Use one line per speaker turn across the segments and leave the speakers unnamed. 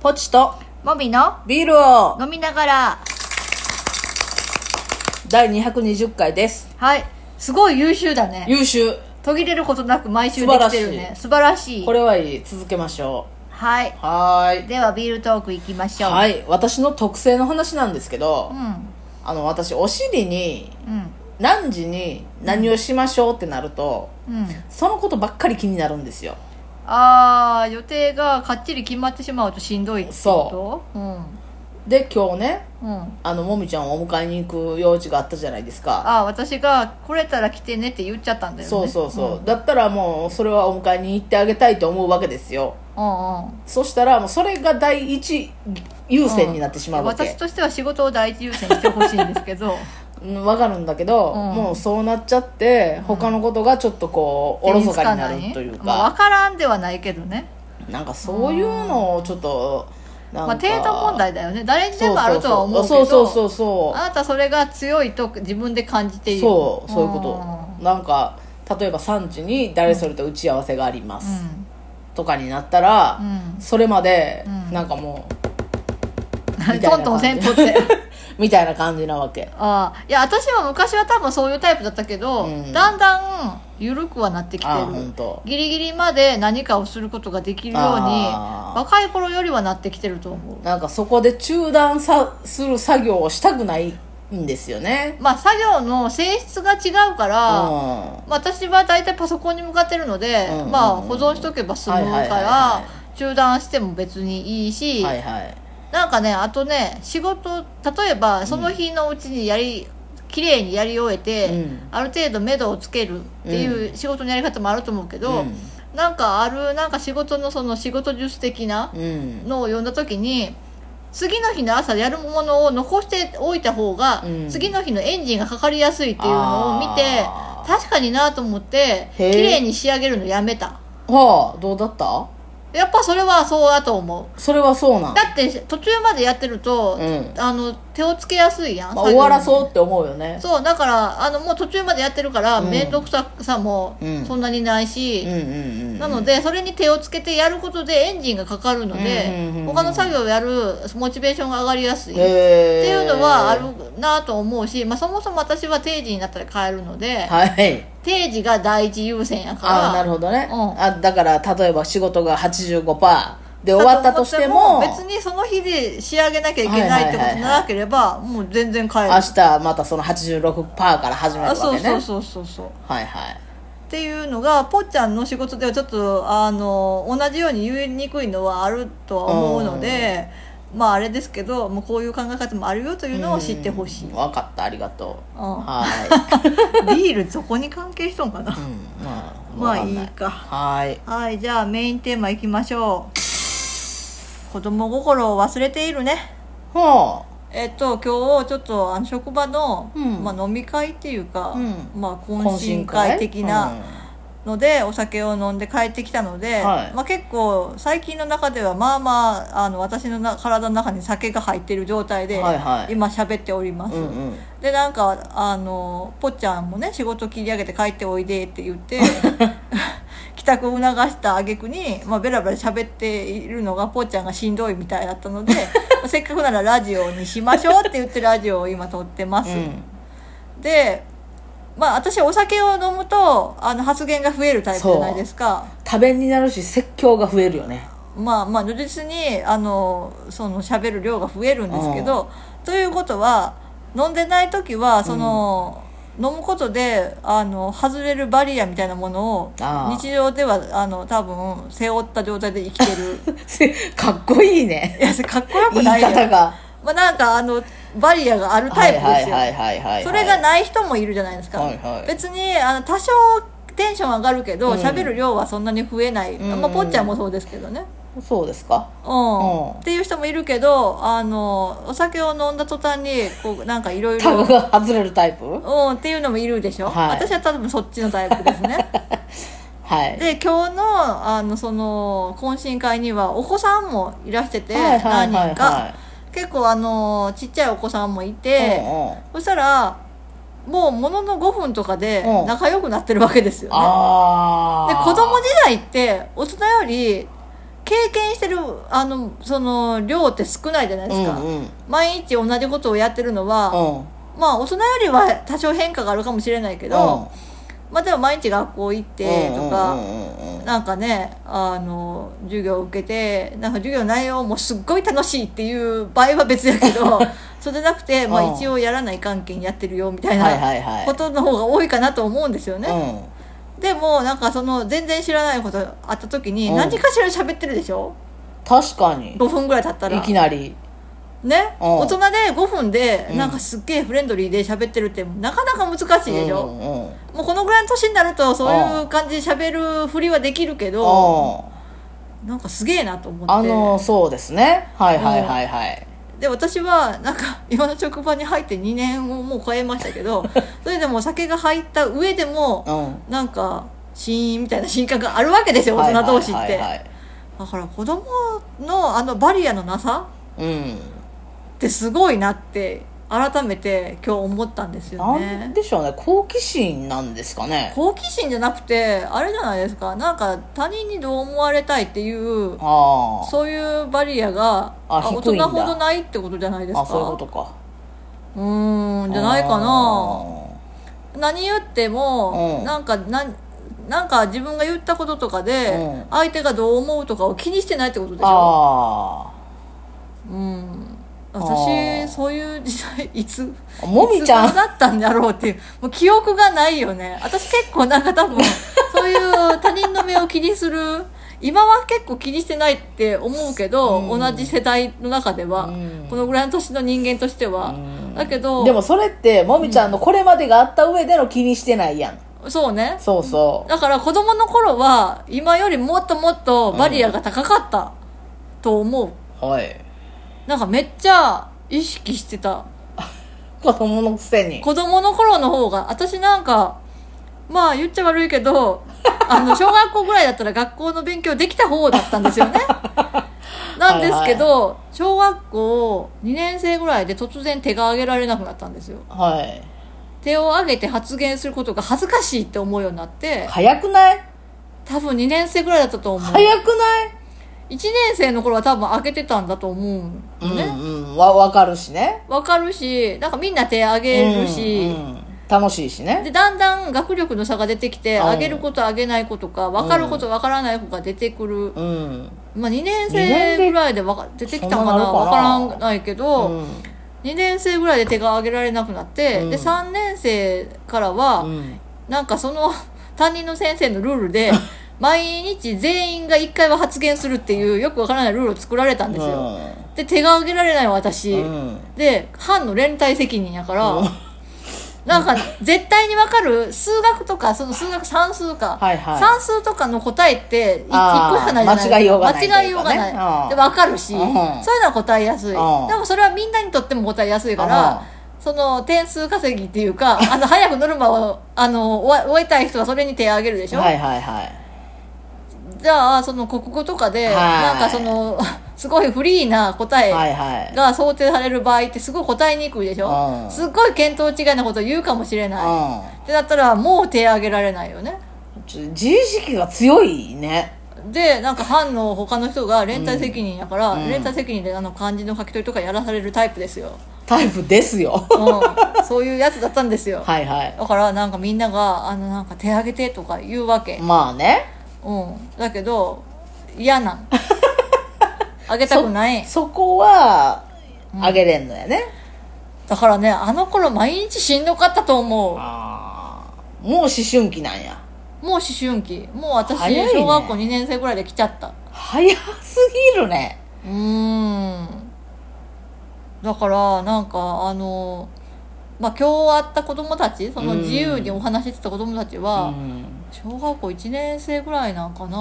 ポチと
もみの
ビールを
飲みながら
第220回です
はいすごい優秀だね
優秀
途切れることなく毎週できてるね素晴らしい
これはいい続けましょ
は
う
い
はーい
ではビールトークいきましょう
はい私の特性の話なんですけど、
うん
あの私お尻に
うん
何時に何をしましょうってなると、
うん
そのことばっかり気になるんですよ
あー予定がかっちり決まってしまうとしんどいってことうん
で今日ね
うん
あのもみちゃんをお迎えに行く用事があったじゃないですか、
あー私が「来れたら来てね」って言っちゃったんだよね
そうそうそう、だったらもうそれはお迎えに行ってあげたいと思うわけですよ
うんうん
そしたらもうそれが第一優先になってしまうわけ、
私としては仕事を第一優先にしてほしいんですけど
うんわかるんだけど、
うん
もうそうなっちゃって他のことがちょっとこ うおろそかになるというか
まあ分からんではないけどね
なんかそういうのをちょっとなん
ま
か、
あ、程度問題だよね誰にでもあるとは思うけど
そうそうそうそう
あなたそれが強いと自分で感じている
そうそういうこ
ん
となんか例えば3時に誰それと打ち合わせがあります、とかになったら、
うん、うん
それまで
うん
なんかもう、みたいな感じ
トントンせんとって
みたいな感じなわけ
ああいや私は昔は多分そういうタイプだったけど、
うん
だんだん緩くはなってきて
ああ
る
本当。
ギリギリまで何かをすることができるように
あー
若い頃よりはなってきてると思
なんかそこで中断さする作業をしたくないんですよね
うまあ作業の性質が違うから、
うん
まあ私は大体パソコンに向かってるので、
うんうんうん
まあ保存しとけば済む
はいは
か
いはいは
ら中断しても別にいいし、
はいはい
なんかねあとね仕事例えばその日のうちにやり、綺麗にやり終えて、
うん
ある程度目処をつけるっていう仕事のやり方もあると思うけ
う
ど、
ん
なんかあるなんか仕事のその仕事術的な
うん
のを読んだ時に次の日の朝やるものを残しておいた方が、
うん
次の日のエンジンがかかりやすいっていうのを見て
あー
確かになと思って綺
へー
麗に仕上げるのやめた
はあどうだった
やっぱそれはそうだと思
それはそうなん
うだって途中までやってると、
うん
あの手をつけやすいやん、
まあ、終わら
う
そうって思うよね
そうだからあのもう途中までやってるから
うん
面倒、くささも
うん
そんなにないし、
うんうんうん
なのでそれに手をつけてやることでエンジンがかかるの
うんうんうんう
で
ん
他の作業をやるモチベーションが上がりやすい
へ
っ
ー
ていうのはあるなと思うし、まあ、そもそも私は定時になったら帰るので
はい
定時が第一優先やから
ああなるほどね、
うん
あだから例えば仕事が85%で終わったとしても
別にその日で仕上げなきゃいけないってことにならなければもう全然帰る
明日またその86%から始める
あ
わけね
そうそうそうそうそう
はいはい
っていうのがぽっちゃんの仕事ではちょっとあの同じように言いにくいのはあるとは思うので、まああれですけどもうこういう考え方もあるよというのを知ってほしい、
うんわかったありがとう
うん
はい、
ビールどこに関係しとんかな
うん、まあ
まあ
わかん
い
ない
か
はい
はいじゃあメインテーマいきましょう子供心を忘れているね
は
えっと今日ちょっとあの職場の、
うん
まあ、飲み会っていうか、
うん
まあ、
あ
懇親会的な、のでお酒を飲んで帰ってきたので、
はい
まあ、結構最近の中ではまあまああの私のな体の中に酒が入ってる状態で、
はいはい
今喋っております、
うんうん
でなんかあのぽっちゃんもね仕事切り上げて帰っておいでって言って 帰宅を促した挙句にまあ、ベラベラ喋っているのがぽっちゃんがしんどいみたいだった のでせっかくならラジオにしましょうって言ってラジオを今撮ってます、
うん
でまあ私お酒を飲むとあの発言が増えるタイプじゃないですか
多弁になるし説教が増えるよ ね
まあまあ如実にあのその喋る量が増えるんですけど、ということは飲んでない時はその、飲むことであの外れるバリアみたいなものを
ああ
日常ではあの多分背負った状態で生きて る
せかっこいいね
いやそれかっこよ
言
く
い
ないよ
方が
まあ、なんかあのバリアがあるタイプですよ、
はいはいはいはいはいはい
それがない人もいるじゃないですか、
はいはい
別にあの多少テンション上がるけど
うん
喋、る量はそんなに増えない、
うん
まあ、ぽっちゃんもそうですけどね、
そうですか
うん
うん
っていう人もいるけどあのお酒を飲んだ途端にこうなんかいろい
タ
ろ
グが外れるタイプ
うんっていうのもいるでしょ、
はい
私は多分そっちのタイプです ね
はい
で今日のあのその懇親会にはお子さんもいらしてて、
はいはいはい
何人か
は
結構あのちっちゃいお子さんもい
い
て、
うんうん
そしたらもうものの5分とかで
うん
仲良くなってるわけですよね、
あ
で
あ
子供時代って大人より経験してるあのその量って少ないじゃないですか、
うんうん
毎日同じことをやってるのは、
うん
まあ大人よりは多少変化があるかもしれないけど、まあでも毎日学校行っ
うん
てとか、
うんうんうんうん
なんかねあの授業を受けてなんか授業の内容もすっごい楽しいっていう場合は別や けどそうじゃなくて、ま
うん
あ、一応やらない関係にやってるよみたい
はいはい
な
はい
ことの方が多いかなと思うんですよね、
うん
でもなんかその全然知らないことあった時に
うん
何かしら喋ってるでしょ、
確かに
5分ぐらい経ったら
いきなり
ね、
うん
大人で5分で
うん
なんかすっげえフレンドリーで喋ってるってなかなか難しいでし
う
ょ、
んうんうん
もうこのぐらいの年になるとそういう感じで喋るふりはできるけど、
うん
なんかすげえなと思って
あのそうですねはいはいはいはい、
で私はなんか今の職場に入って2年をもう超えました けどそれでもお酒が入った上でも
うん
なんかシーンみたいな進化があるわけですよ大人同士って、
はいはいはいはい
だから子供のあのバリアのなさ
うん
ってすごいなって改めて今日思ったんですよ
な
ね
んでしょうね好奇心なんですかね
好奇心じゃなくてあれじゃないですかなんか他人にどう思われたいっていう
あ
そういうバリアが
あ
あ
低いん
大
だ
人ほどないってことじゃないで
あ
すか
あそういうことか
うーんじゃないかな
あ
何言っても、
うん
なんかなんなんか自分が言ったこととかで、
うん
相手がどう思うとかを気にしてないってことでしょ
あ
うん
あー
私そういう時代いつ
ーもみちゃ
いつ
ん
頃だったんだろうっていうもう記憶がないよね私結構なんか多分そういう他人の目を気にする今は結構気にしてないって思うけど、
うん
同じ世代の中では、
うん
このぐらいの年の人間としては、
うん
だけど
でもそれってもみちゃんのこれまでがあった上での気にしてないやん
そうね
そうそ
だから子供の頃は今よりもっともっとバリアが高かったと思う、
うはい
なんかめっちゃ意識してた
子供のくせに
子供の頃の方が私なんかまあ言っちゃ悪い けどあの小学校ぐらいだったら学校の勉強できた方だったんで すよねなんですけど、小学校2年生ぐらいで突然手が挙げられなくなったんですよ
はい
手を挙げて発言することが恥ずかしいって思うようになって
早くない
多分2年生ぐらいだったと思う
早くない
1年生の頃は多分開けてたんだと思うん
う
よ
ん
ね、
うんわ分かるしね
わかるしなんかみんな手挙げるし、
うんうん楽しいしね
でだんだん学力の差が出てきて
うん
上げること上げないことか分かること分からない子が出てく
う
る、
ん
まあ、2年
二年
生
で
ぐらいでわか出てきたかな
そんなの
分
か
から
なん
ないけど、
うん
2年生ぐらいで手が挙げられなくなって、
うん
で3年生からは、
うん
なんかその 担任の先生のルールで毎日全員が1回は発言するっていうよく分からないルールを作られたんですよ、で手が挙げられない私、
うん
で班の連帯責任やから、
うん
なんか絶対に分かる数学とかその数学算数か、
はいはい
算数とかの答えってい一個し
あー
かないじゃないですか
間違いようがないというかね
間違いようがない
うん
で分かるし、
うん
そういうのは答えやすい、
ん
でもそれはみんなにとっても答えやすいから、その点数稼ぎっていうか あの早くノルマをあの終え終えたい人はそれに手を挙げるでし
うん
ょ、
はいはいはい
じゃあその国語とかで、
はい
なんかその すごいフリーな答え
はいはい
が想定される場合ってすごい答えにくいでしょ、
うん
すっごい見当違いなことを言うかもしれない、っ
う
てなったらもう手挙げられないよね
んちょ自意識が強いね
でなんか班の他の人が連帯責任やから、
うん
連帯責任であの漢字の書き取りとかやらされるタイプで すよ、
タイプです よ
うん、そういうやつだったんですよ
はいはい
だからなんかみんなが「あのなんか手挙げて」とか言うわけ、
まあね
うん、だけど嫌なん あげたくない
そこはあげれんのやね、
だからねあの頃毎日しんどかったと思う
ああもう思春期なんや
もう思春期もう私、
早いね
小学校2年生ぐらいで来ちゃった
早すぎるね
うーんだからなんかあのまあ今日会った子供たちその
うん
自由にお話ししてた子供たち
う
は、
ん
小学校1年生ぐらいなんかな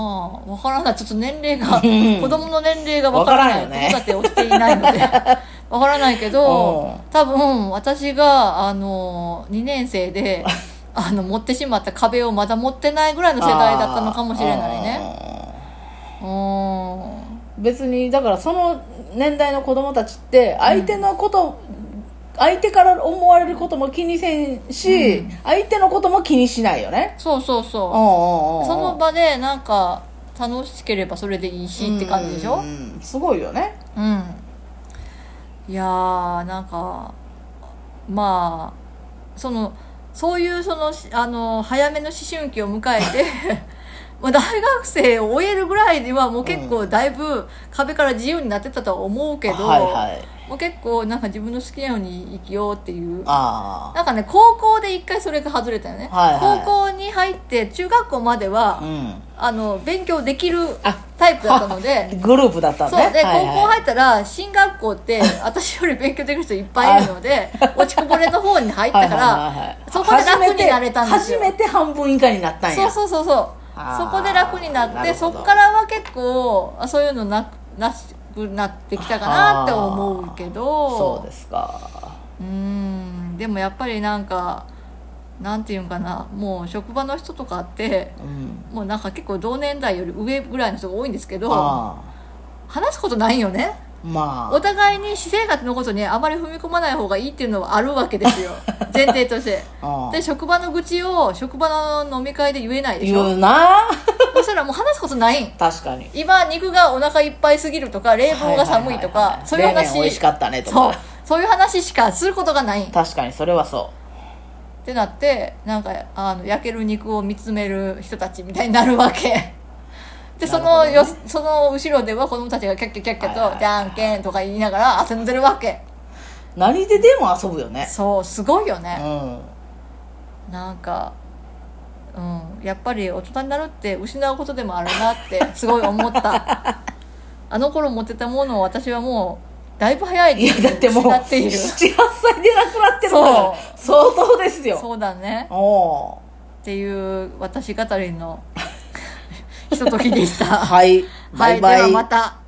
わからないちょっと年齢が
うん
子供の年齢がわからない
わからんよね
子育てをしていない のでわからないけど
う
多分私があの2年生 であの持ってしまった壁をまだ持ってないぐらいの世代だったのかもしれないね
ね
うーん
別にだからその年代の子供たちって相手のこと、相手から思われることも気にせんし、
うん
相手のことも気にしないよね
そうそうそう
うんうんうんうん
その場でなんか楽しければそれでいいしって感じでしょ、
うんすごいよね
うんいやーなんかまあそのそういうそのしあの早めの思春期を迎えて まあ大学生を終えるぐらいにはもう結構だいぶ壁から自由になってたとは思うけど、
はいはい
もう結構なんか自分の好きなように生きようっていう
あ
なんかね高校で一回それが外れたよね、
はいはい
高校に入って中学校まで
あ
は、
うん
あの勉強できる
あ
タイプだった ので
グループだったん
そう
ね
で、
はいはい
高校入ったら進学 校って私より勉強できる人いっぱいいるので落ちこぼれの方に入った
はい
か
はいはい
ら
はい
そこで楽になれたんですよ
初めて初めて半分以下になったんや
そうそうそうそう
あ
そ
ー
こで楽になっ
なる
て
ほど
そこからは結構あそういうのななくなってきたかなって思うけど
そうですか
うーんでもやっぱりなんかなんていうんかなもう職場の人とかって
うん
もうなんか結構同年代より上ぐらいの人が多いんですけど
あ
話すことないよね
あま
お互いに私生活のことにあまり踏み込まない方がいいっていうのはあるわけで すよ前提として
あうん
で職場の愚痴を職場の飲み会で言えないでし
言
ょ
うな
そしたらもう話すことないん
確かに
今肉がお腹いっぱいすぎるとか冷房が寒いと
ははは
か
は
そういう
冷麺美味
話
しかったねと
そう
か
そういう話しかすることがないっ
確かにそれはそ
てなってなんかあの焼ける肉を見つめる人たちみたいになるわけでそ
な
の
る
よ
ほど
その後ろでは子供たちがキャッキャキャッキャ
はいはいは
と
い
「じゃんけん」とか言いながら遊んでるわけ
う何ででも遊ぶよね
そうすごいよ
う
ね
ん
なんか、うん、やっぱり大人になるって失うことでもあるなってすごい思った あの頃持ってたものを私はもうだいぶ早い
いやだってもう
失
78
っている
歳でなくなってるから相当ですよ
そうだね
おお
っていう私語りのひとときでし
ー
た
はいバイバイ、
はい、ではまた